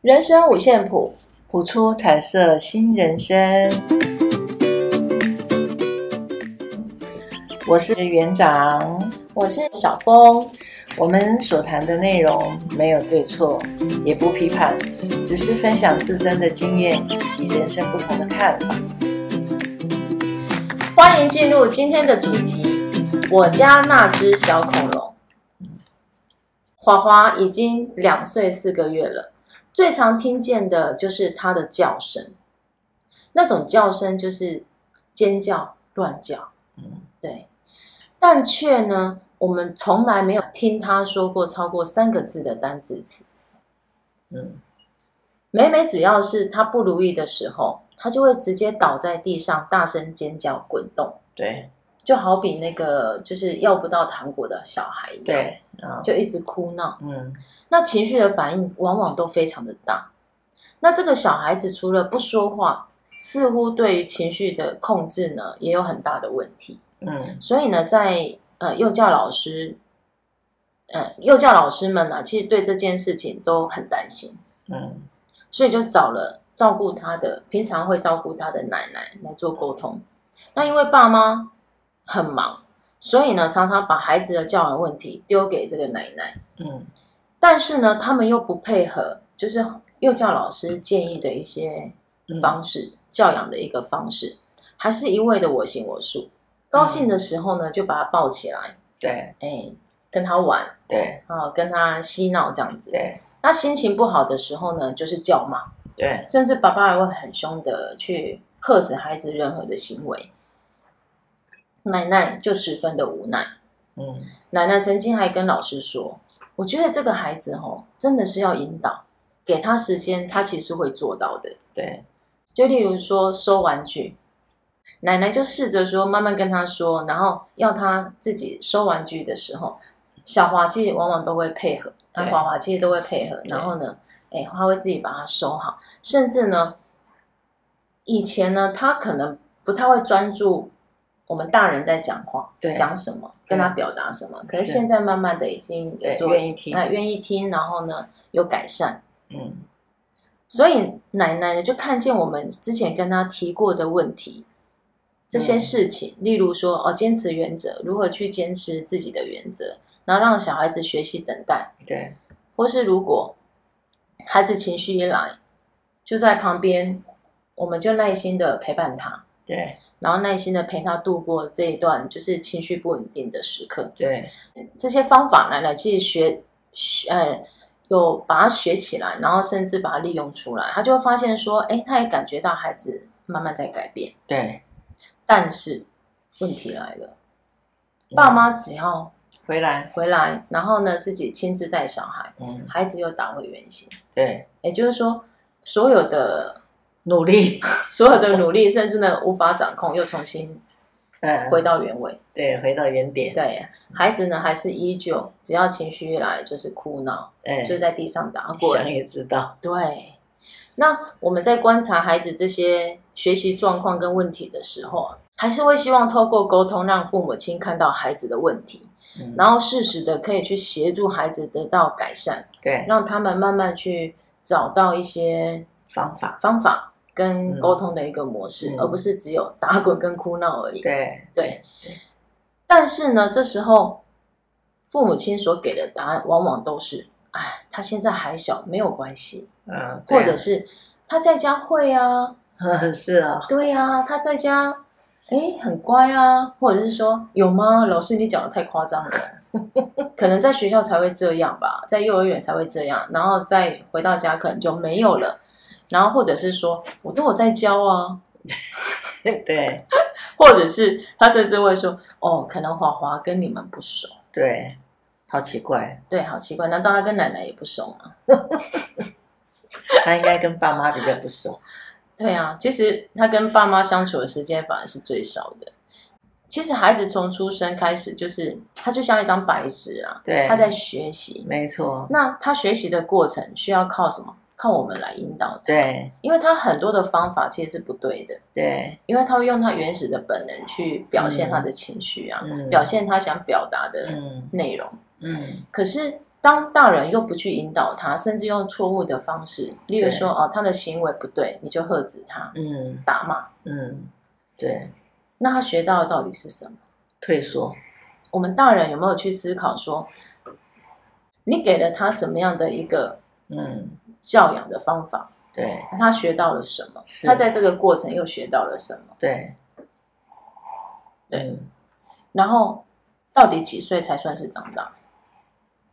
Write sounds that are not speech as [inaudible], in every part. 人生五线谱，谱出彩色新人生。我是园长，我是小峰。我们所谈的内容没有对错，也不批判，只是分享自身的经验以及人生不同的看法。欢迎进入今天的主题，我家那只小恐龙。华华已经两岁四个月了，最常听见的就是它的叫声，那种叫声就是尖叫、乱叫，对。但却呢，我们从来没有听他说过超过三个字的单字词。嗯，每每只要是他不如意的时候，他就会直接倒在地上，大声尖叫、滚动，对就好比那个就是要不到糖果的小孩一样，对，啊，就一直哭闹。嗯那情绪的反应往往都非常的大。那这个小孩子除了不说话，似乎对于情绪的控制呢，也有很大的问题。嗯所以呢，在呃幼教老师，呃幼教老师们呢、啊其实对这件事情都很担心，嗯所以就找了照顾他的，平常会照顾他的奶奶来做沟通。那因为爸妈很忙，所以呢，常常把孩子的教养问题丢给这个奶奶。嗯但是呢，他们又不配合，就是幼教老师建议的一些嗯，方式，教养的一个方式，还是一味的我行我素。高兴的时候呢，就把他抱起来，对哎，跟他玩对啊，跟他嬉闹这样子。对那心情不好的时候呢，就是叫骂，对，甚至爸爸还会很凶的去呵止孩子任何的行为。奶奶就十分的无奈，嗯奶奶曾经还跟老师说：“我觉得这个孩子哦，真的是要引导，给他时间，他其实会做到的。对就例如说收玩具，奶奶就试着说慢慢跟他说，然后要他自己收玩具的时候，小滑稽往往都会配合，啊那对滑滑稽都会配合，然后呢，哎，他会自己把它收好，甚至呢，以前呢，他可能不太会专注我们大人在讲话，对讲什么，跟他表达什么，可是是现在慢慢的已经有对，做，愿意听，那愿意听，然后呢，有改善。嗯所以奶奶呢，就看见我们之前跟她提过的问题，这些事情，例如说哦，坚持原则，如何去坚持自己的原则，然后让小孩子学习等待，对或是如果孩子情绪一来，就在旁边，我们就耐心的陪伴他，对然后耐心的陪他度过这一段就是情绪不稳定的时刻。对这些方法奶奶其实学学呃有把它学起来，然后甚至把它利用出来，她就会发现说，哎，她也感觉到孩子慢慢在改变。对，但是问题来了，爸嗯妈只要回来，回来，然后呢自己亲自带小孩，嗯孩子又打回原形，对，也就是说，所有的努力，所有的努力，甚至呢无法掌控，又重新 [laughs] 嗯，回到原位。对，回到原点，对，孩子呢还是依旧，只要情绪一来就是哭闹，哎，就在地上打滚，想也知道，对，那我们在观察孩子这些学习状况跟问题的时候啊，还是会希望透过沟通，让父母亲看到孩子的问题，嗯，然后适时的可以去协助孩子得到改善，对，让他们慢慢去找到一些方法，方法跟嗯沟通的一个模式，嗯而不是只有打滚跟哭闹而已。对对，但是呢，这时候父母亲所给的答案往往都是：哎，他现在还小，没有关系。嗯，对或啊者是他在家会啊，是啊， [laughs] 对呀、他在家哎很乖啊，或者是说有吗？老师你讲的太夸张了， [laughs] 可能在学校才会这样吧，在幼儿园才会这样，然后再回到家可能就没有了。然后或者是说我都有在教啊，对或者是他甚至会说哦，可能华华跟你们不熟，对，好奇怪，对，好奇怪，难道他跟奶奶也不熟吗？他应该跟爸妈比较不熟，对啊，其实他跟爸妈相处的时间反而是最少的。其实孩子从出生开始，就是他就像一张白纸啊，对，他在学习。没错，那他学习的过程需要靠什么？靠我们来引导他，对因为他很多的方法其实是不对的，对，因为他会用他原始的本能去表现他的情绪啊，嗯，表现他想表达的嗯内容。嗯可是当大人又不去引导他，甚至用错误的方式，例如对说哦，他的行为不对，你就喝止他、嗯打骂，嗯，对，那他学到的到底是什么？退缩，我们大人有没有去思考说，你给了他什么样的一个嗯，教养的方法？对他学到了什么？是他在这个过程又学到了什么？对对嗯然后到底几岁才算是长大？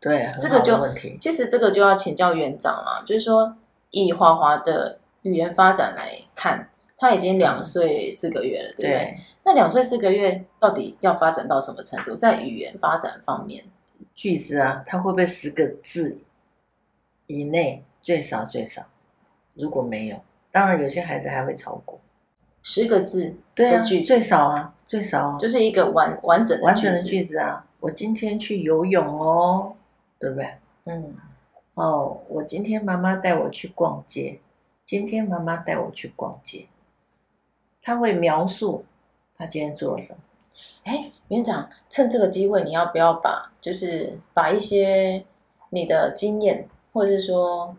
对，很这好个的就问题，其实这个就要请教园长啦，就是说以华华的语言发展来看，他已经两岁四个月了，对不对？嗯对，那两岁四个月到底要发展到什么程度？在语言发展方面，句子啊，它会不会十个字以内最少最少？如果没有，当然有些孩子还会超过。十个字对的啊，句子、最少啊，最少啊，就是一个完完整的完整的子句子啊。我今天去游泳哦，对不对？嗯，哦，我今天妈妈带我去逛街，今天妈妈带我去逛街，他会描述他今天做了什么。哎，园长，趁这个机会，你要不要把就是把一些你的经验，或者是说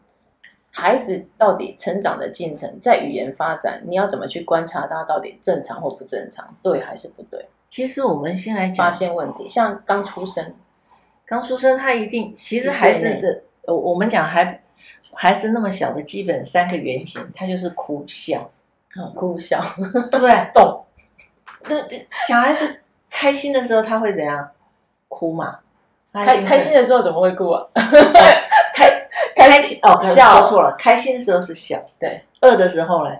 孩子到底成长的进程，在语言发展，你要怎么去观察他到底正常或不正常，对还是不对？其实我们先来发讲，现问题，像刚出生，刚出生他一定，其实一岁孩子内的，呃，我们讲孩孩子那么小的基本三个原型，他就是哭 [laughs] 笑，嗯哭笑对不对？动，那小孩子开心的时候他会怎样？哭嘛，他一定 [laughs] 开会开心的时候怎么会哭啊？开开心哦，笑说错了，开心的时候是笑，对，饿的时候呢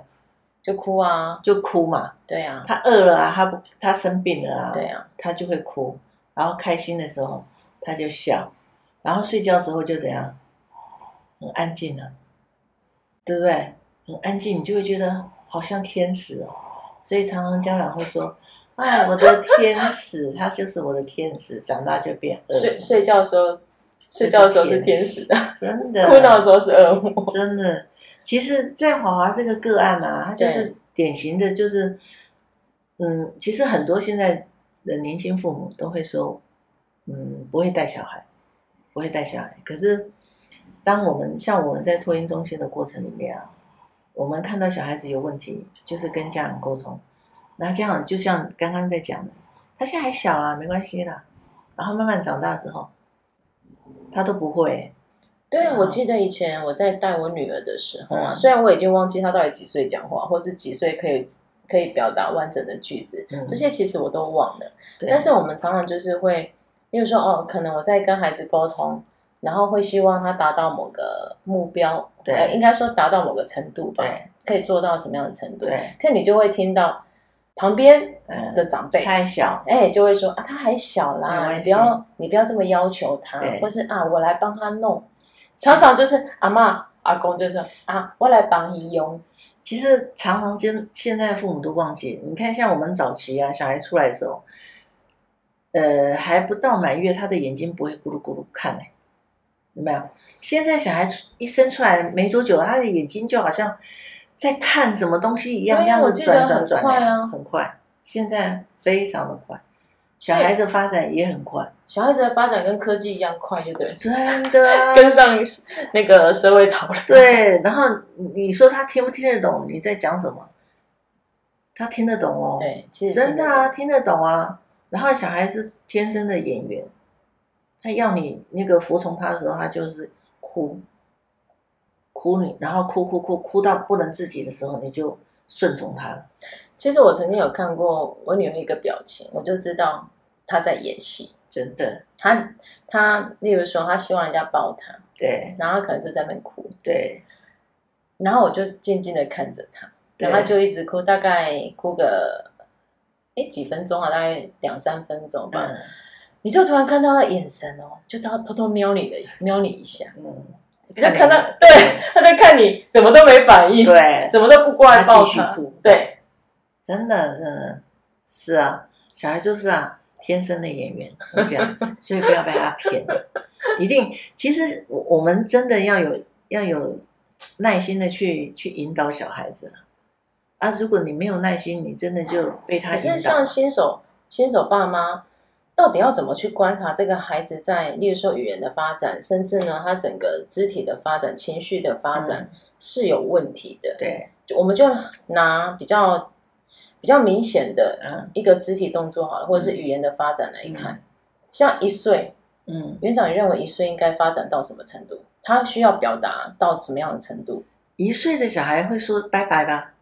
就哭啊，就哭嘛，对啊，他饿了啊，他不他生病了啊，对啊，他就会哭，然后开心的时候他就笑，然后睡觉的时候就怎样，很安静了、对不对？很安静，你就会觉得好像天使哦。所以常常家长会说：“哎，我的天使，他就是我的天使，长大就变恶睡魔。睡觉的时候，睡觉的时候嗯是天使，”真的，哭闹的时候是恶 [laughs] 魔。真的，其实，在华华这个个案啊，他就是对典型的，就是，嗯，其实很多现在的年轻父母都会说，嗯，不会带小孩，不会带小孩。可是，当我们像我们在托婴中心的过程里面啊，我们看到小孩子有问题，就是跟家长沟通，那家长就像刚刚在讲的，他现在还小啊，没关系啦，然后慢慢长大之后，他都不会、对啊，我嗯记得以前我在带我女儿的时候啊，嗯虽然我已经忘记她到底几岁讲话，或是几岁可以可以表达完整的句子，嗯这些其实我都忘了。对但是我们常常就是会，例如说哦，可能我在跟孩子沟通，然后会希望他达到某个目标，对呃应该说达到某个程度吧，对可以做到什么样的程度？对，可你就会听到旁边嗯。的长辈。太小，哎、就会说啊，他还小没啦，关你系不要你不要这么要求他，对或是啊，我来帮他弄。常常就是阿嬷阿公就说啊，我来帮你用。其实常常现现在父母都忘记，你看像我们早期啊，小孩出来的时候，呃，还不到满月，他的眼睛不会咕噜咕噜看呢、有没有？现在小孩出一生出来没多久，他的眼睛就好像在看什么东西一样，对这啊样我子记转得转转、很快啊很快，现在非常的快，所小以孩的发展也很快，小孩子的发展跟科技一样快，就对了，真的 [laughs] 啊、跟上那个社会潮 [laughs] 流。对，然后你你说他听不听得懂你在讲什么？他听得懂哦，对，其实真的的啊，听得懂啊。然后小孩子天生的演员，他要你那个服从他的时候，他就是哭，哭你，然后哭哭哭哭到不能自己的时候，你就顺从他了。其实我曾经有看过我女儿一个表情，我就知道她在演戏。真的，她她，例如说她希望人家抱她，对然后她可能就在那边哭，对然后我就静静的看着她。对，然后他就一直哭，大概哭个哎几分钟啊，大概两三分钟吧。嗯你就突然看到他的眼神哦，就他偷偷瞄你的，瞄你一下，嗯，你就看到你对， [laughs] 他在看你，怎么都没反应，对，怎么都不过来他抱继续他，哭，对，真的，真的是啊，小孩就是啊，天生的演员，我讲，所以不要被他骗。一定，其实我我们真的要有要有耐心的去去引导小孩子啊。如果你没有耐心，你真的就被他可引是导像。新手新手爸妈，到底要怎么去观察这个孩子在，例如说语言的发展，甚至呢他整个肢体的发展、情绪的发展、是有问题的。对，就我们就拿比较比较明显的嗯一个肢体动作好了，或者是语言的发展来看，像一岁，嗯，园长，你认为一岁应该发展到什么程度？他需要表达到什么样的程度？一岁的小孩会说拜拜吧？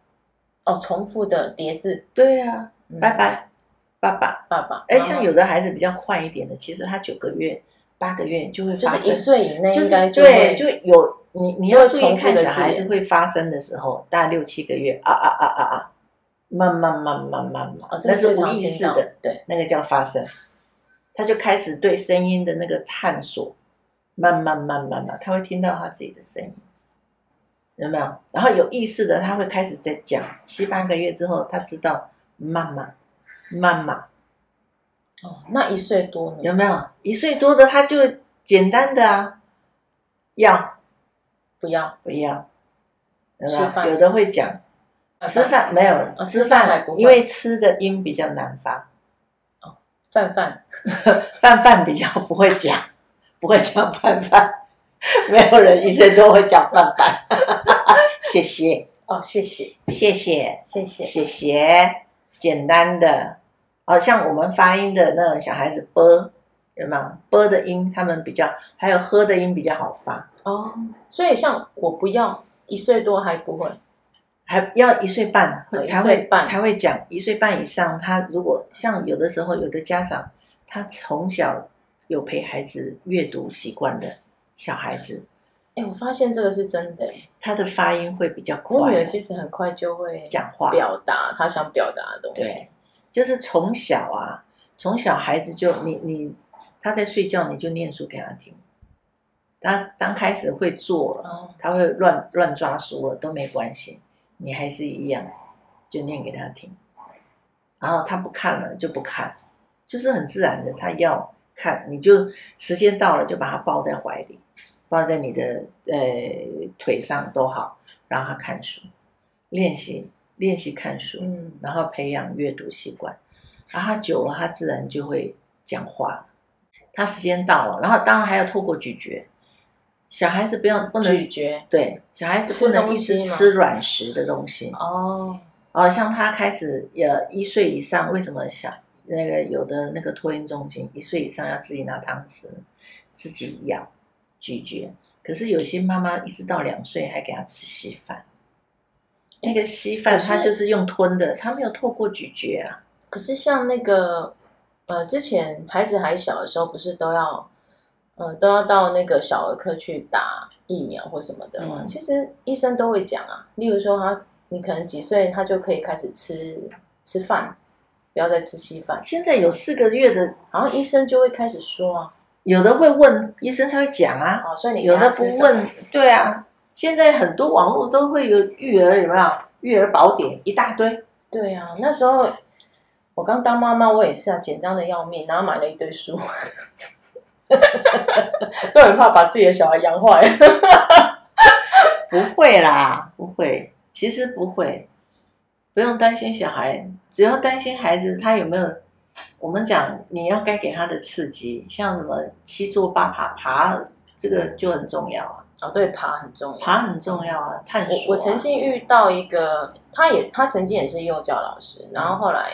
哦，重复的叠字，对呀、嗯拜，拜，爸爸。爸爸，哎，妈妈像有的孩子比较快一点的，其实他九个月、八个月就会就发是一生，岁以内就应该是就对，会就有你你就要会注意重复看的小字孩眼子会发生的时候，大概六七个月啊啊啊啊啊，慢慢慢慢慢哦慢，，这那个是最无常意听识到的，，对，那个叫发声，他就开始对声音的那个探索，慢慢慢慢慢，他会听到他自己的声音，有没有？然后有意识的，他会开始在讲。七八个月之后，他知道妈妈，妈妈哦，那一岁多呢？有没有？一岁多的他就简单的啊，要不要不要？有吃没饭啊有？有的会讲吃饭没有哦吃吃饭还饭不，会因为吃的音比较难发。饭饭，范范比较不会讲， [laughs] 不会讲范范，没有人一生都会讲范范。 [laughs] 谢谢，哦，谢谢，谢谢，谢谢，谢谢，简单的，哦，像我们发音的那种小孩子啵，有没有啵的音，他们比较，还有喝的音比较好发，哦，所以像我不要，一岁多还不会，还要一岁半哦一岁才会半才会讲，一岁半以上，他如果像有的时候有的家长，他从小有陪孩子阅读习惯的小孩子。哎，我发现这个是真的，哎他的发音会比较我女快儿，其实很快就会啊讲话表达她想表达的东西对，就是从小啊，从小孩子就你你他在睡觉，你就念书给他听。他刚开始会做了，哦，他会乱乱抓书了都没关系，你还是一样，就念给他听。然后他不看了就不看，就是很自然的，他要看你就时间到了就把他抱在怀里，抱在你的呃腿上都好，让他看书，练习练习看书。嗯，然后培养阅读习惯，然后他久了，他自然就会讲话。他时间到了，然后当然还要透过咀嚼。小孩子不要不咀能嚼，对小孩子不吃能东一直西吗吃软食的东西哦，哦，像他开始呃一岁以上，为什么小那个有的那个托婴中心一岁以上要自己拿汤匙，自己咬咀嚼。可是有些妈妈一直到两岁还给他吃稀饭，那个稀饭可是他就是用吞的，他没有透过咀嚼啊。可是像那个呃，之前孩子还小的时候，不是都要呃都要到那个小儿科去打疫苗或什么的吗？嗯其实医生都会讲啊，例如说他你可能几岁，他就可以开始吃吃饭，不要再吃稀饭，现在有四个月的，然后医生就会开始说啊，有的会问医生才会讲啊，哦，所以你有给的他不吃什么问，对啊。现在很多网络都会有育儿，有没有育儿宝典一大堆？对啊，那时候我刚当妈妈，我也是啊，紧张的要命，然后买了一堆书，都很怕把自己的小孩养坏。不会啦，不会，其实不会，不用担心小孩，只要担心孩子他有没有。我们讲你要该给他的刺激，像什么七坐八爬爬，这个就很重要啊，哦，对，爬很重要。爬很重要啊，探索啊、我我曾经遇到一个，他也他曾经也是幼教老师，然后后来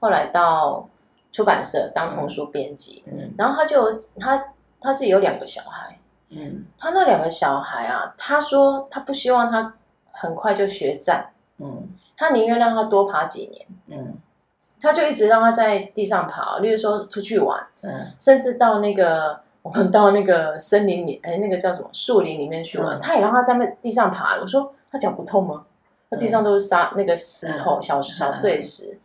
后来到出版社当童书编辑，嗯然后他就他他自己有两个小孩，嗯他那两个小孩啊，他说他不希望他很快就学站，嗯他宁愿让他多爬几年。嗯他就一直让他在地上爬，例如说出去玩，嗯甚至到那个我们到那个森林里，哎，那个叫什么树林里面去玩，嗯他也让他在那地上爬。我说他脚不痛吗？他地上都是沙，那个石头、嗯小小碎石。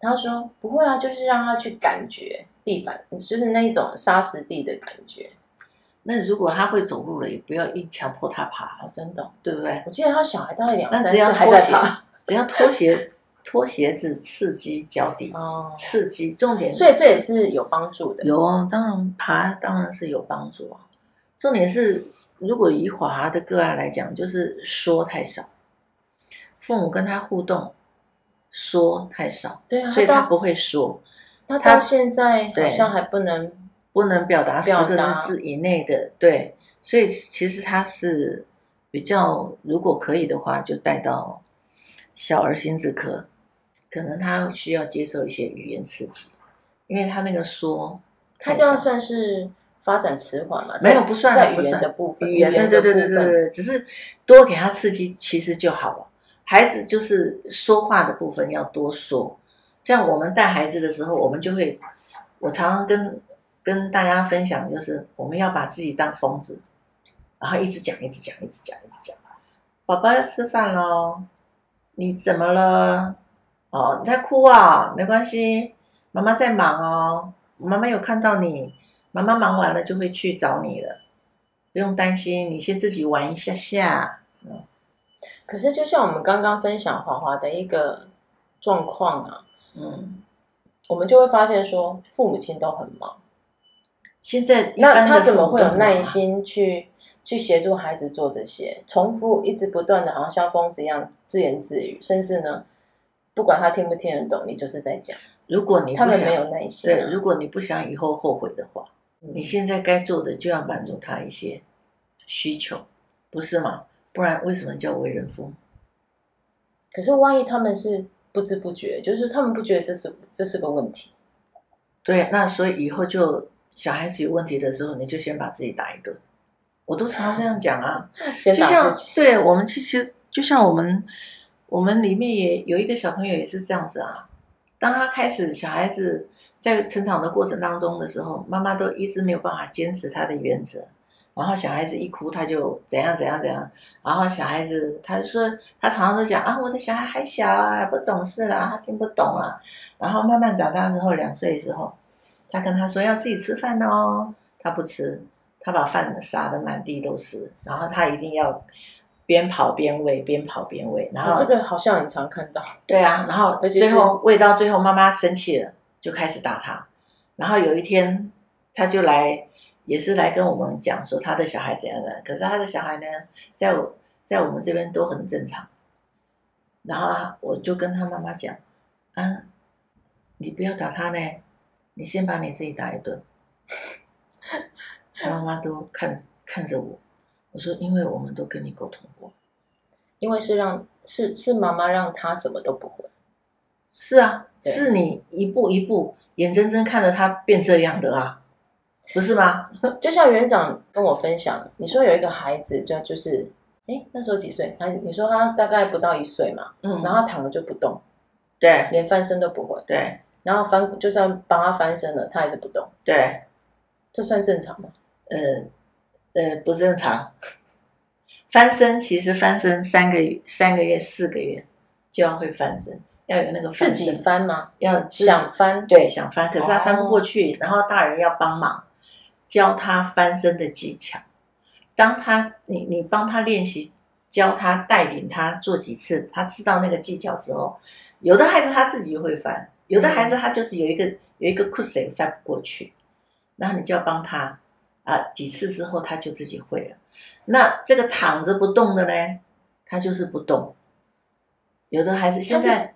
他说不会啊，就是让他去感觉地板，就是那一种沙石地的感觉。那如果他会走路了，也不要硬强迫他爬，哦，真的哦，对不对？我记得他小孩大概两那三只岁要还拖在鞋 [laughs] 爬。，只要拖鞋，拖鞋子刺激脚底，哦，刺激重点。所以这也是有帮助的。有啊，当然爬当然是有帮助啊。重点是，如果以华华的个案来讲，就是说太少，父母跟他互动说太少，对啊，所以到他不会说。他到现在好像还不能不能表达十个表达字以内的，对，所以其实它是比较，如果可以的话，就带到小儿心智科，可能他需要接受一些语言刺激，因为他那个说，他这样算是发展迟缓嘛？在没有不算在不语言算的部分，语言的对对部对对对分对，只是多给他刺激，其实就好了。孩子就是说话的部分要多说，这样我们带孩子的时候，我们就会，我常常跟跟大家分享，就是我们要把自己当疯子，然后一直讲，一直讲，一直讲，一直讲。宝宝要吃饭喽，你怎么了？哦，你在哭啊？没关系，妈妈在忙哦，妈妈有看到你，妈妈忙完了就会去找你了。不用担心，你先自己玩一下下。可是就像我们刚刚分享华华的一个状况啊，嗯，我们就会发现说，父母亲都很忙，现在一那般的他怎么会有父母都很忙啊耐心去去协助孩子做这些？重复一直不断的，好像像疯子一样自言自语，甚至呢，不管他听不听得懂，你就是在讲，如果你不他想们没有耐心、啊。对，如果你不想以后后悔的话，你嗯现在该做的就要满足他一些需求，不是吗？不然为什么叫为人父母？可是万一他们是不知不觉，就是他们不觉得这是这是个问题，对，那所以以后就小孩子有问题的时候，你就先把自己打一顿。我都常常这样讲啊。先就打像自己。对我们其实就像我们我们里面也有一个小朋友也是这样子啊。当他开始小孩子在成长的过程当中的时候，妈妈都一直没有办法坚持他的原则，然后小孩子一哭他就怎样怎样怎样，然后小孩子他就说他常常都讲啊我的小孩还小啊不懂事啦、他听不懂啊，然后慢慢长大之后两岁的时候，他跟他说要自己吃饭哦，他不吃，他把饭撒得满地都是，然后他一定要边跑边喂，边跑边喂，然后、哦这个好像很常看到，对啊，然后而且最是后喂到最后，妈妈生气了，就开始打他。然后有一天，他就来，也是来跟我们讲说他的小孩怎样的。可是他的小孩呢，在我在我们这边都很正常。然后啊我就跟他妈妈讲，啊，你不要打他呢，你先把你自己打一 [laughs] 顿。他妈妈都看看着我，我说因为我们都跟你沟通过。因为是让是是妈妈让他什么都不会，是啊，对是你一步一步眼睁睁看着他变这样的啊，不是吗？就像园长跟我分享，你说有一个孩子就就是，哎，那时候几岁？他你说他大概不到一岁嘛，嗯，然后他躺着就不动，对连翻身都不会，对然后翻就算帮他翻身了，他还是不动，对，这算正常吗？呃呃，不正常。翻身其实翻身三个月三个月四个月就要会翻身，要有那个翻自身己翻吗？要自己想翻，对想翻，可是他哦翻不过去，然后大人要帮忙教他翻身的技巧。当他你你帮他练习，教他带领他做几次，他知道那个技巧之后，有的孩子他自己会翻，有的嗯孩子他就是有一个有一个 c u s 翻不过去，然后你就要帮他啊几次之后他就自己会了。那这个躺着不动的呢，他就是不动。有的孩子现他是 [laughs] 在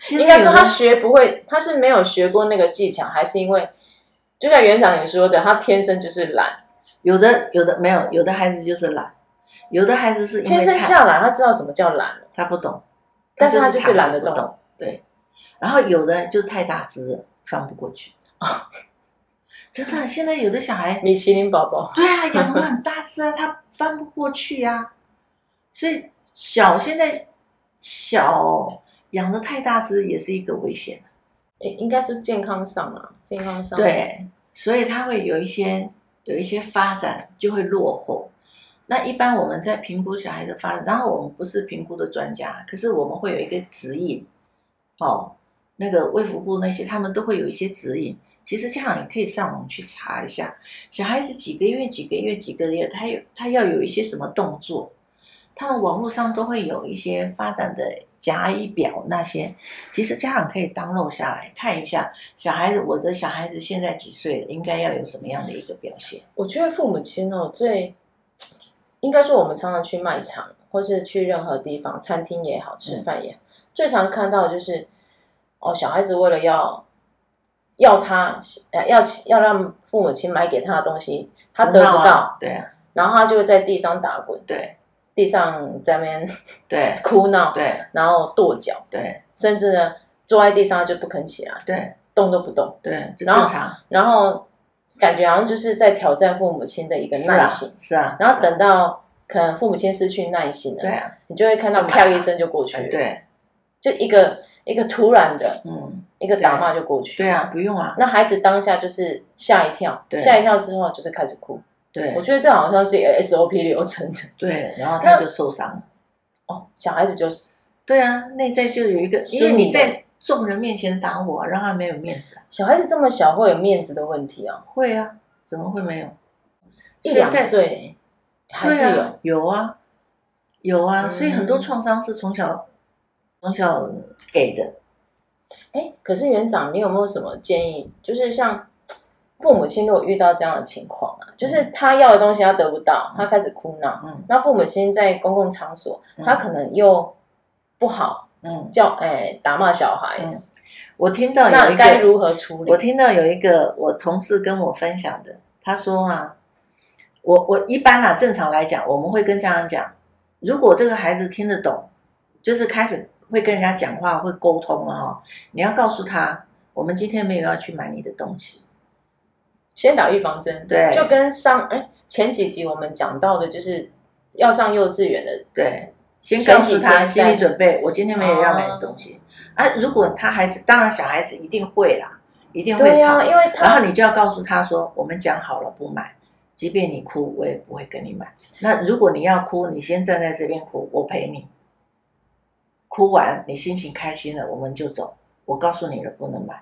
现在应该说有他的学不会，他是没有学过那个技巧，还是因为就像园长也说的，他天生就是懒，有的有的没有，有的孩子就是懒，有的孩子是因为天生看下来他知道什么叫懒了，他不懂，但是他就就是懒得得动动，对。然后有的就是太大只了，翻不过去 [laughs] 啊，真的，现在有的小孩，米其林宝宝，对啊，养的很大只啊，他翻不过去啊，所以小现在小养的太大只也是一个危险。啊应应该是健康上啊，健康上，对，所以他会有一些有一些发展就会落后。那一般我们在评估小孩的发展，然后我们不是评估的专家，可是我们会有一个指引，哦，那个卫福部那些他们都会有一些指引。其实家长也可以上网去查一下，小孩子几个月、几个月、几个月，他有他要有一些什么动作，他们网络上都会有一些发展的甲乙表那些，其实家长可以 download 下来看一下，小孩子，我的小孩子现在几岁了，应该要有什么样的一个表现？我觉得父母亲哦，最应该说我们常常去卖场，或是去任何地方，餐厅嗯也好，吃饭也好，最常看到的就是哦，小孩子为了要要他呃要要让父母亲买给他的东西，他得闹不啊到，，对啊，然后他就会在地上打滚，对地上在那边对 [laughs] 哭闹，对然后跺脚，对甚至呢坐在地上就不肯起来，对动都不动，对，这然后正常，然后感觉好像就是在挑战父母亲的一个是耐啊心，是啊，然后等到可能父母亲失去耐心对了，啊，你就会看到就买啪了一声就过去哎了，对，就一个一个突然的嗯，一个对打骂就过去，对啊，不用啊，那孩子当下就是吓一跳，对吓一跳之后就是开始哭。对我觉得这好像是一个 SOP 流程 [laughs] 的对，然后他那就受伤了。哦，小孩子就是对啊，内在就有一个，因失为你礼在众人面前打我，让他没有面子啊。小孩子这么小会有面子的问题哦，会啊，怎么会没有？一所以两在岁还是对有，啊，有啊，有啊，嗯所以很多创伤是从小从小给的。哎，可是园长，你有没有什么建议？就是像父母亲如果遇到这样的情况啊，就是他要的东西他得不到，他开始哭闹，嗯那父母亲在公共场所，嗯他可能又不好嗯，叫哎打骂小孩，嗯我听到有那一该个，如何处理？我听到有一个我同事跟我分享的，他说啊，我我一般啊，正常来讲，我们会跟家长讲，如果这个孩子听得懂，就是开始会跟人家讲话，会沟通了哦，你要告诉他，我们今天没有要去买你的东西。先打预防针，对就跟上哎前几集我们讲到的，就是要上幼稚园的，对，先前告几诉他天心理在准备，我今天没有要买的东西。啊，如果他还是，当然小孩子一定会啦，一定会对吵。呀、因为然他后你就要告诉他说，我们讲好了不买，即便你哭，我也不会跟你买。那如果你要哭，你先站在这边哭，我陪你。哭完，你心情开心了，我们就走。我告诉你了，不能买。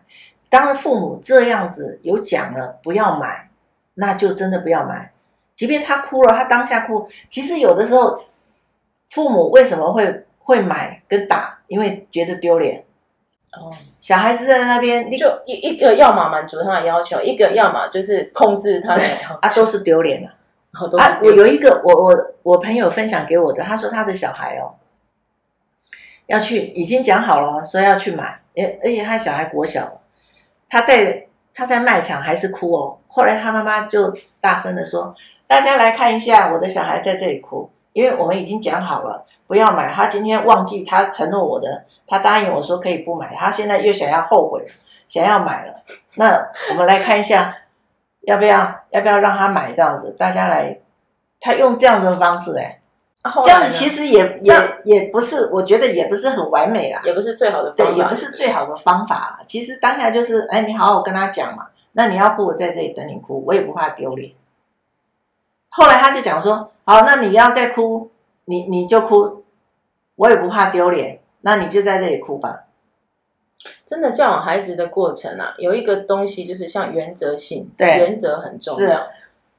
当然，父母这样子有讲了不要买，那就真的不要买。即便他哭了，他当下哭，其实有的时候，父母为什么会会买跟打？因为觉得丢脸。哦，小孩子在那边，你就一一个要么满足他的要求，一个要么就是控制他的要求，啊都是丢脸啊。好多啊，我有一个，我我我朋友分享给我的，他说他的小孩哦，要去已经讲好了，说要去买，而而且他小孩国小，他在他在卖场还是哭哦。后来他妈妈就大声的说：“大家来看一下，我的小孩在这里哭，因为我们已经讲好了不要买。他今天忘记他承诺我的，他答应我说可以不买，他现在又想要后悔，想要买了。那我们来看一下，要不要要不要让他买这样子？大家来，他用这样的方式、哎，啊这样子其实实也这样也也不是，我觉得也不是很完美啦，也不是最好的方对，也法，不是最好的方法啦。其实当下就是，哎，你好好跟他讲嘛，那你要哭，我在这里等你哭，我也不怕丢脸。后来他就讲说，好，那你要再哭，你你就哭，我也不怕丢脸，那你就在这里哭吧。 [laughs] 真的教养孩子的过程啊，有一个东西就是像原则性，对原则很重是要啊，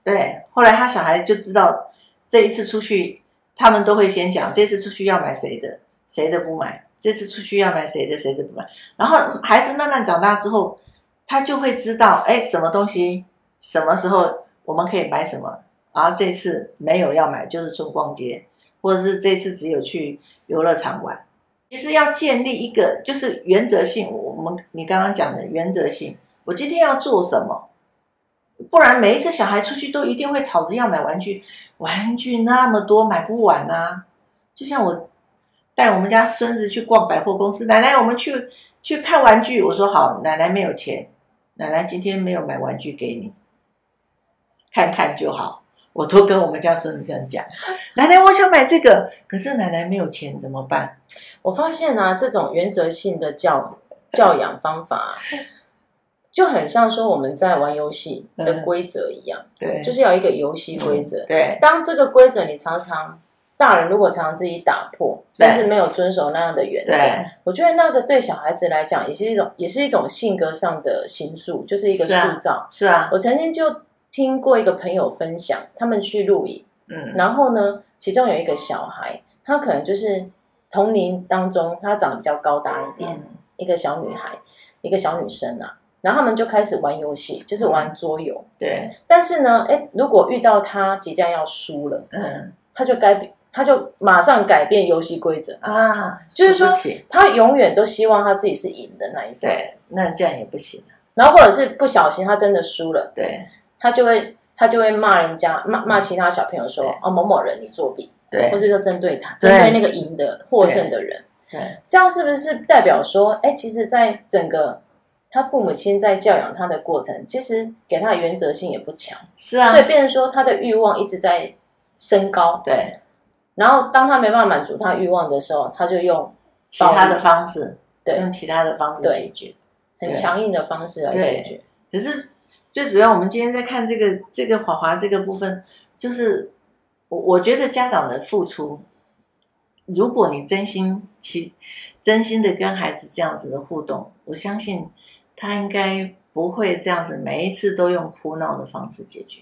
对，后来他小孩就知道，这一次出去，他们都会先讲，这次出去要买谁的，谁的不买，这次出去要买谁的，谁的不买。然后孩子慢慢长大之后，他就会知道，哎，什么东西，什么时候我们可以买什么。然后这次没有要买，就是去逛街，或者是这次只有去游乐场玩。其实要建立一个就是原则性，我们你刚刚讲的原则性，我今天要做什么？不然每一次小孩出去都一定会吵着要买玩具，玩具那么多买不完啊！就像我带我们家孙子去逛百货公司，奶奶我们去去看玩具，我说好，奶奶没有钱，奶奶今天没有买玩具给你，看看就好。我都跟我们家孙子这样讲，奶奶我想买这个，可是奶奶没有钱怎么办？我发现啊，这种原则性的教教养方法啊、就很像说我们在玩游戏的嗯规则一样，对，嗯就是是要有一个游戏规则。对当这个规则你常常大人如果常常自己打破，对甚至没有遵守那样的原则，对我觉得那个对小孩子来讲也是一种，也是一种性格上的形塑，就是一个是啊塑造。是啊，我曾经就听过一个朋友分享，他们去露营，嗯然后呢，其中有一个小孩，她可能就是同龄当中，她长得比较高大一点，嗯一个小女孩，一个小女生啊。然后他们就开始玩游戏，就是嗯玩桌游。对但是呢，哎，如果遇到她即将要输了，嗯她就改，她就马上改变游戏规则。啊，就是说对不起她永远都希望她自己是赢的那一方。对，那这样也不行啊。然后或者是不小心他真的输了，对他就会他就会骂人家骂骂其他小朋友说嗯对哦某某人你作弊，对或者说针对他对针对那个赢的获胜的人，对这样是不是代表说，哎，其实，在整个他父母亲在教养他的过程，其实给他的原则性也不强，是啊所，以变成说他的欲望一直在升高，对然后当他没办法满足他欲望的时候，他就用其他的方式，对用其他的方式嗯对解决。很对强硬的方式来解决。可是最主要，我们今天在看这个这个华华这个部分，就是我我觉得家长的付出，如果你真心其真心的跟孩子这样子的互动，我相信他应该不会这样子每一次都用哭闹的方式解决。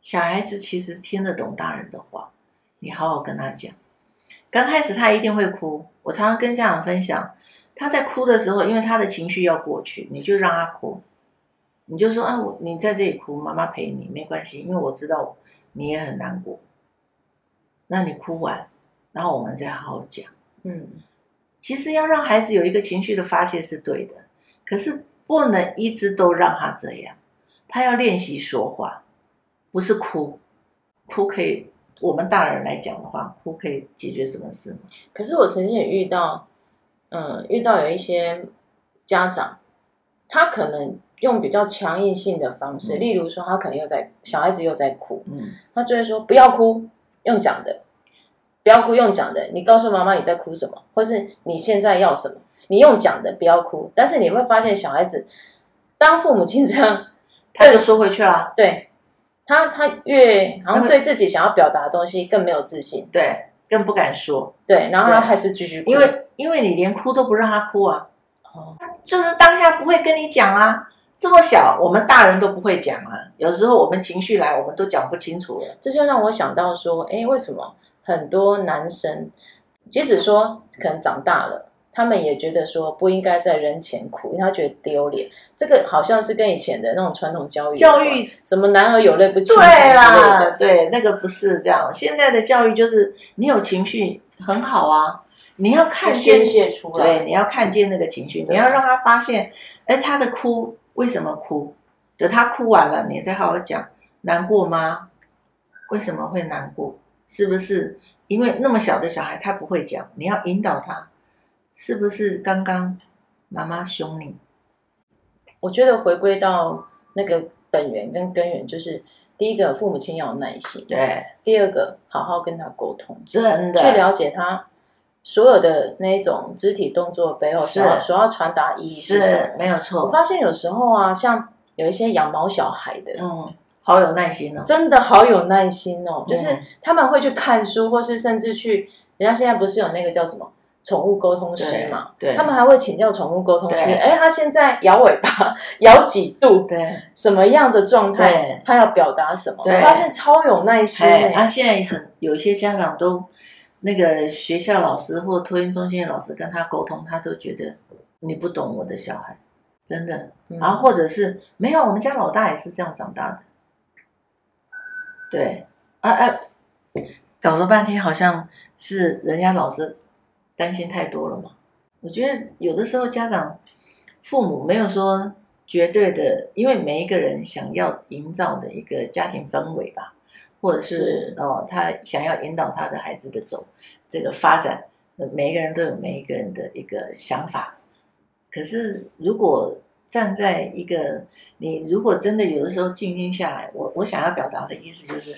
小孩子其实听得懂大人的话，你好好跟他讲。刚开始他一定会哭，我常常跟家长分享，他在哭的时候，因为他的情绪要过去，你就让他哭，你就说啊，我你在这里哭，妈妈陪你，没关系，因为我知道你也很难过。那你哭完，然后我们再好好讲。嗯，其实要让孩子有一个情绪的发泄是对的，可是不能一直都让他这样，他要练习说话，不是哭，哭可以，我们大人来讲的话，哭可以解决什么事吗？可是我曾经也遇到，嗯，遇到有一些家长，他可能用比较强硬性的方式，嗯例如说他可能又在小孩子又在哭，嗯，他就会说不要哭，用讲的，不要哭，用讲的。你告诉妈妈你在哭什么，或是你现在要什么，你用讲的，不要哭。但是你会发现，小孩子当父母亲这样， [laughs] 他就缩回去了，对他他越好那像会对自己想要表达的东西更没有自信，对，更不敢说，对，然后他对还是继续哭，因为因为你连哭都不让他哭啊，哦就是当下不会跟你讲啊。这么小，我们大人都不会讲啊。有时候我们情绪来，我们都讲不清楚了。这就让我想到说，哎，为什么很多男生，即使说可能长大了，他们也觉得说不应该在人前哭，因为他觉得丢脸。这个好像是跟以前的那种传统教育有教关育什么男儿有泪不轻弹对之类啦的，对，那个不是这样。现在的教育就是你有情绪很好啊，你要看就见宣，泄出对，来。你要看见那个情绪，对你要让他发现，哎，他的哭为什么哭？等他哭完了，你再好好讲，难过吗？为什么会难过？是不是因为那么小的小孩他不会讲，你要引导他，是不是刚刚妈妈凶你？我觉得回归到那个本源跟根源，就是第一个，父母亲要有耐心；对，第二个，好好跟他沟通。真去的，了解他所有的那一种肢体动作背后是所要所要传达意义是什是么。没有我错，发现有时候啊，像有一些养毛小孩的，嗯，好有耐心哦。真的好有耐心哦，就是嗯他们会去看书，或是甚至去，人家现在不是有那个叫什么？宠物沟通师嘛，对对他们还会请教宠物沟通师，对哎，他现在摇尾巴摇几度，对，什么样的状态对，他要表达什么？我对发现超有耐心哎，哎、啊，现在很有一些家长都那个学校老师或托运中心的老师跟他沟通，他都觉得你不懂我的小孩，真的。嗯然后或者是没有，我们家老大也是这样长大的。对，啊啊，搞了半天好像是人家老师担心太多了嘛。我觉得有的时候家长、父母没有说绝对的，因为每一个人想要营造的一个家庭氛围吧，或者是是哦，他想要引导他的孩子的走这个发展，呃每一个人都有每一个人的一个想法。可是如果站在一个你如果真的有的时候静心下来，我我想要表达的意思就是，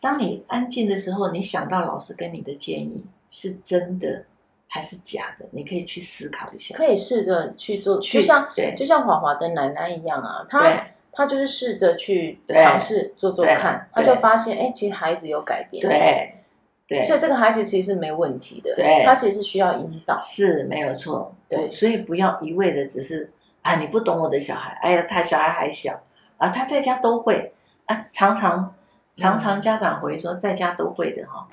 当你安静的时候，你想到老师跟你的建议是真的还是假的，你可以去思考一下。可以试着去做，去就像对就像华华的奶奶一样啊，对她她就是试着去对尝试做做看，她对就发现哎、诶其实孩子有改变，，对所对，以这个孩子其实是没问题的，对他其实是需要引导，是没有错。对所以不要一味的只是啊，你不懂我的小孩，哎呀，他小孩还小啊，他在家都会啊，常常常常家长回说在家都会的哈、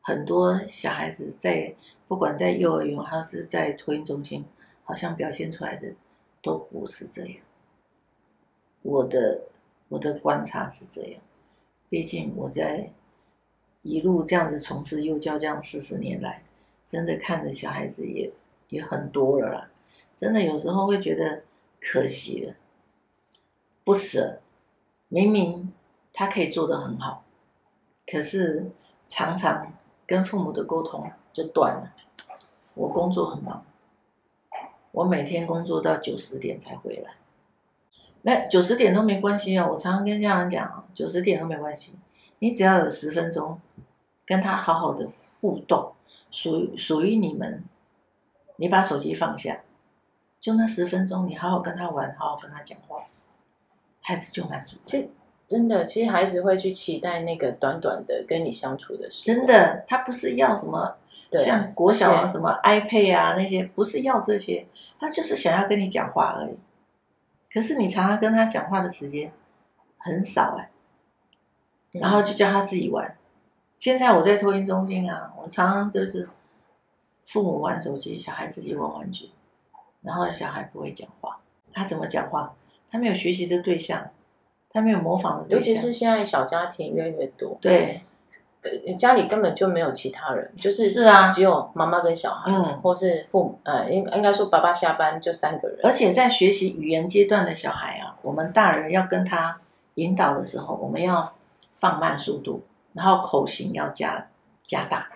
很多小孩子在不管在幼儿园还是在托婴中心，好像表现出来的都不是这样。我的我的观察是这样，毕竟我在一路这样子从事幼教这样四十年来，真的看着小孩子也也很多了啦。真的有时候会觉得可惜了，不舍。明明他可以做得很好，可是常常跟父母的沟通就断了。我工作很忙，我每天工作到九十点才回来。那九十点都没关系哦，我常常跟家长讲哦，九十点都没关系，你只要有十分钟跟他好好的互动，属于属于你们，你把手机放下，就那十分钟，你好好跟他玩，好好跟他讲话，孩子就满足。其实真的，其实孩子会去期待那个短短的跟你相处的时真光，的，他不是要什么对啊像国小而啊且什么 iPad 啊那些，不是要这些，他就是想要跟你讲话而已。可是你常常跟他讲话的时间很少哎、嗯然后就叫他自己玩。现在我在托婴中心啊，我常常就是父母玩手机，小孩自己玩玩具，然后小孩不会讲话，他怎么讲话？他没有学习的对象，他没有模仿的对尤象，其是现在小家庭越来越多，对呃家里根本就没有其他人，就是是啊只有妈妈跟小孩，嗯或是父母，呃，应应该说爸爸下班就三个人，而且在学习语言阶段的小孩啊，我们大人要跟他引导的时候，我们要放慢速度，然后口型要加加大，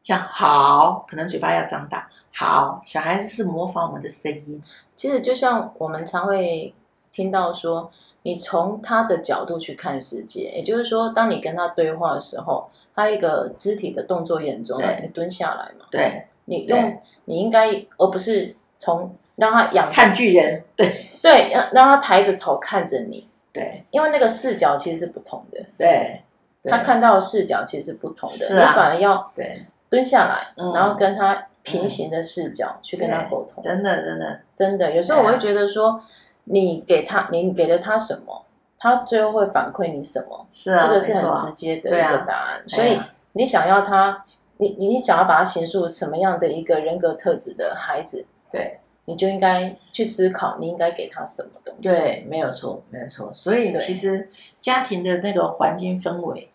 像好，可能嘴巴要张大，好，小孩子是模仿我们的声音，其实就像我们常会听到说，你从他的角度去看世界，也就是说，当你跟他对话的时候，他一个肢体的动作眼中，对你蹲下来嘛，对，你对用你应该，而不是从让他仰看巨人，对对，让让他抬着头看着你，对因为那个视角其实是不同的，对，对他看到的视角其实是不同的，是啊你反而要对，蹲下来，嗯然后跟他平行的视角去跟他沟通。真的真的，真的，有时候我对啊会觉得说，你给他，你给了他什么，他最后会反馈你什么，是啊，这个是没错很啊直接的对一啊个答案。所对以啊你想要他，你你你想要把他形塑什么样的一个人格特质的孩子，对。你就应该去思考，你应该给他什么东西。，对，啊没有错，没有错。所以对其实家庭的那个环境氛围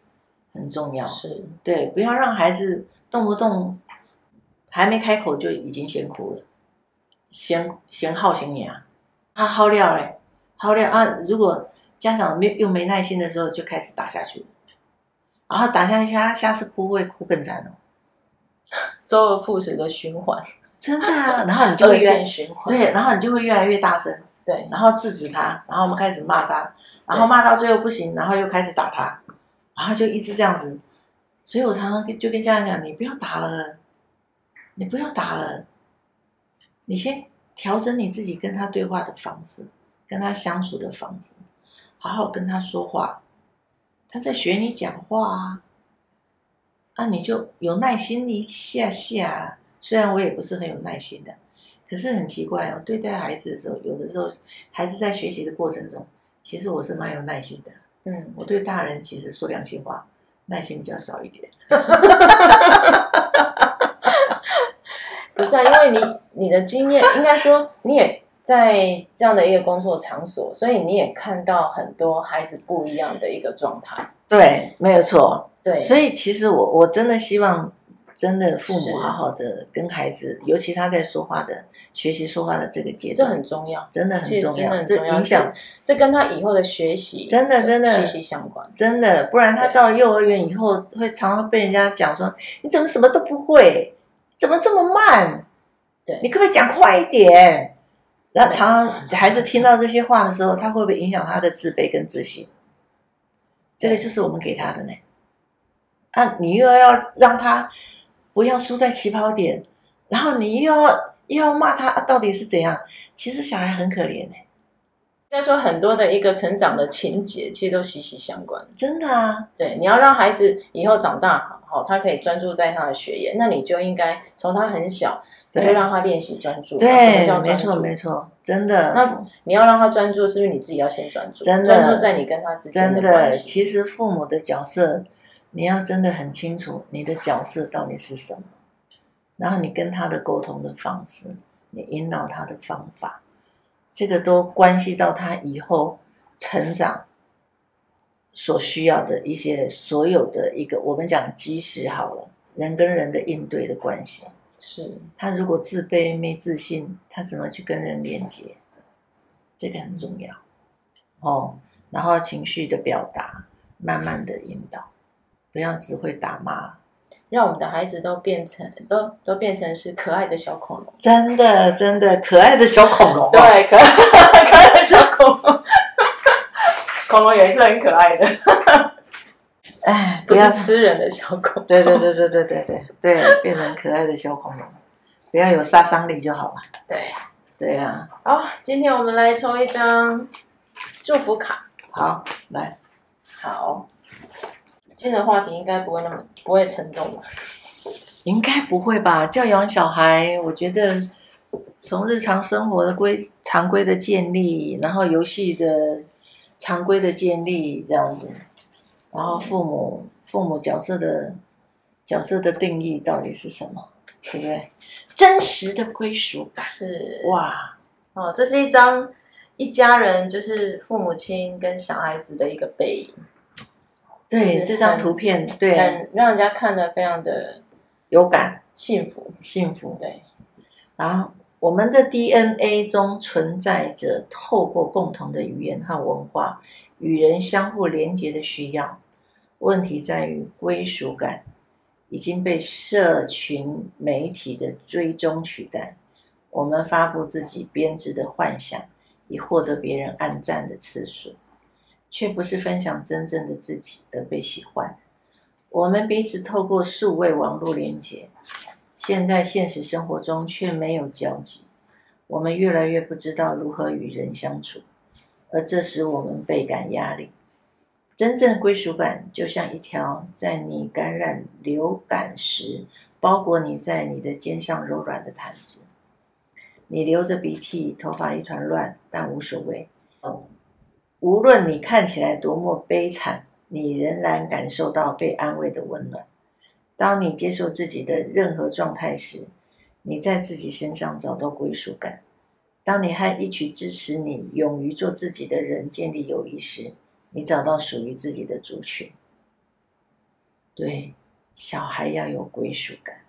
很重要，是，对，不要让孩子动不动还没开口就已经先哭了，先先耗心你啊，他耗料嘞，耗料啊！如果家长没又没耐心的时候，就开始打下去了，然后打下去，他下次哭会哭更惨哦，周而复始的循环，真的啊！然后你就恶会越性循环。对，然后你就会越来越大声，对然后制止他，然后我们开始骂他，然后对骂到最后不行，然后又开始打他，然后就一直这样子。所以我常常跟就跟家长讲，你不要打了，你不要打了，你先调整你自己跟他对话的方式，跟他相处的方式，好好跟他说话。他在学你讲话啊，啊，你就有耐心一下下啊。虽然我也不是很有耐心的，可是很奇怪哦，对待孩子的时候，有的时候孩子在学习的过程中，其实我是蛮有耐心的。嗯，我对大人其实说良心话，耐心比较少一点。不是啊，因为你你的经验，应该说你也在这样的一个工作场所，所以你也看到很多孩子不一样的一个状态。对，没有错。对，所以其实我我真的希望，真的父是母好好的跟孩子，尤其他在说话的学习说话的这个阶这段，很重要，真的很其实重真的要，很重要，影响这这跟他以后的学习真的真的息息相关。真的，不然他对到幼儿园以后，会常常被人家讲说，你怎么什么都不会，怎么这么慢？对，你可不可以讲快一点？然后对常常孩子听到这些话的时候，他会不会影响他的自卑跟自信？这个就是我们给他的呢。啊，你又要让他不要输在起跑点，然后你又要又要骂他、啊到底是怎样？其实小孩很可怜呢、应该说很多的一个成长的情节，其实都息息相关。真的啊，对，你要让孩子以后长大好，他可以专注在他的学业，那你就应该从他很小，你对就让他练习专注。什么对叫，没专错注？没错，真的。那你要让他专注，是不是你自己要先专注？真的专注在你跟他之间真的的，关系。其实父母的角色，你要真的很清楚你的角色到底是什么，然后你跟他的沟通的方式，你引导他的方法，这个都关系到他以后成长所需要的一些所有的一个我们讲基石好了，人跟人的应对的关系。是，他如果自卑没自信，他怎么去跟人连接？这个很重要哦。然后情绪的表达，慢慢的引导，不要只会打骂，让我们的孩子都变成都都变成是可爱的小恐龙。真的真的可爱的小恐龙、啊， [laughs] 对，可爱可爱的小恐龙，恐龙也是很可爱的， [laughs] 哎，不不要是吃人的小恐龙。对对对对对对对对，变成可爱的小恐龙，不要有杀伤力就好了。对。对啊呀、好，今天我们来抽一张祝福卡。好，来，好，今天的话题应该不会那么不会沉重吧？应该不会吧？教养小孩，我觉得从日常生活的规常规的建立，然后游戏的常规的建立这样子，然后父母父母角色的角色的定义到底是什么？对不对？真实的归属感，是哇，哦，这是一张一家人，就是父母亲跟小孩子的一个背影，其对实这张很图片，对很让人家看得非常的有感幸福。幸福。对，然后我们的 DNA 中存在着透过共同的语言和文化与人相互连接的需要。问题在于归属感已经被社群媒体的追踪取代，我们发布自己编织的幻想，以获得别人暗赞的次数，却不是分享真正的自己而被喜欢。我们彼此透过数位网络连接，现在现实生活中却没有交集，我们越来越不知道如何与人相处，而这使我们倍感压力。真正归属感就像一条在你感染流感时包裹你在你的肩上柔软的毯子，你流着鼻涕，头发一团乱，但无所谓。无论你看起来多么悲惨，你仍然感受到被安慰的温暖。当你接受自己的任何状态时，你在自己身上找到归属感。当你和一群支持你、勇于做自己的人建立友谊时，你找到属于自己的族群。对，小孩要有归属感。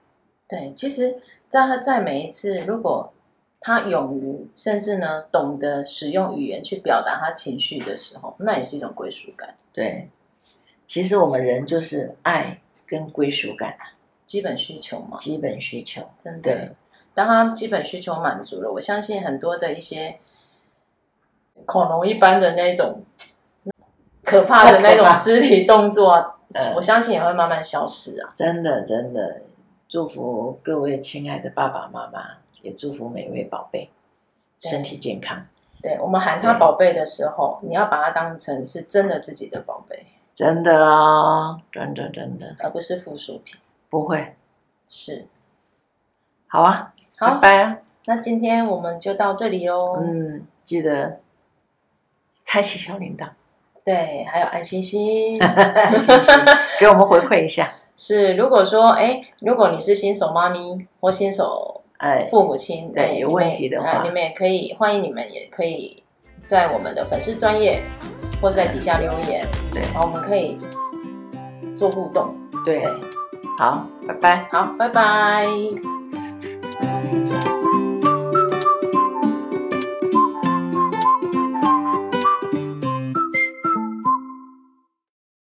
对，其实在他在每一次，如果他勇于，甚至呢懂得使用语言去表达他情绪的时候，那也是一种归属感，对，其实我们人就是爱跟归属感基本需求嘛。基本需求。真对的，当他基本需求满足了，我相信很多的一些恐龙一般的那种可怕的那太可怕种肢体动作啊嗯， [laughs] 我相信也会慢慢消失啊。真的真的，祝福各位亲爱的爸爸妈妈，也祝福每位宝贝对身体健康。对我们喊他对宝贝的时候，你要把它当成是真的自己的宝贝，真的哦，真的真的而不是附属品。不会，是，好啊，好拜，拜啊，那今天我们就到这里喽。嗯，记得开启小铃铛，对，还有安 [laughs] 欣欣。谢谢给我们回馈一下，是，如果说，哎，如果你是新手妈咪或新手哎，父母亲对哎有你们问也题的哎话你们也可以欢迎你们也可以在我们的粉丝专业或在底下留言，对然后我们可以做互动。对，好，拜拜。好，拜拜。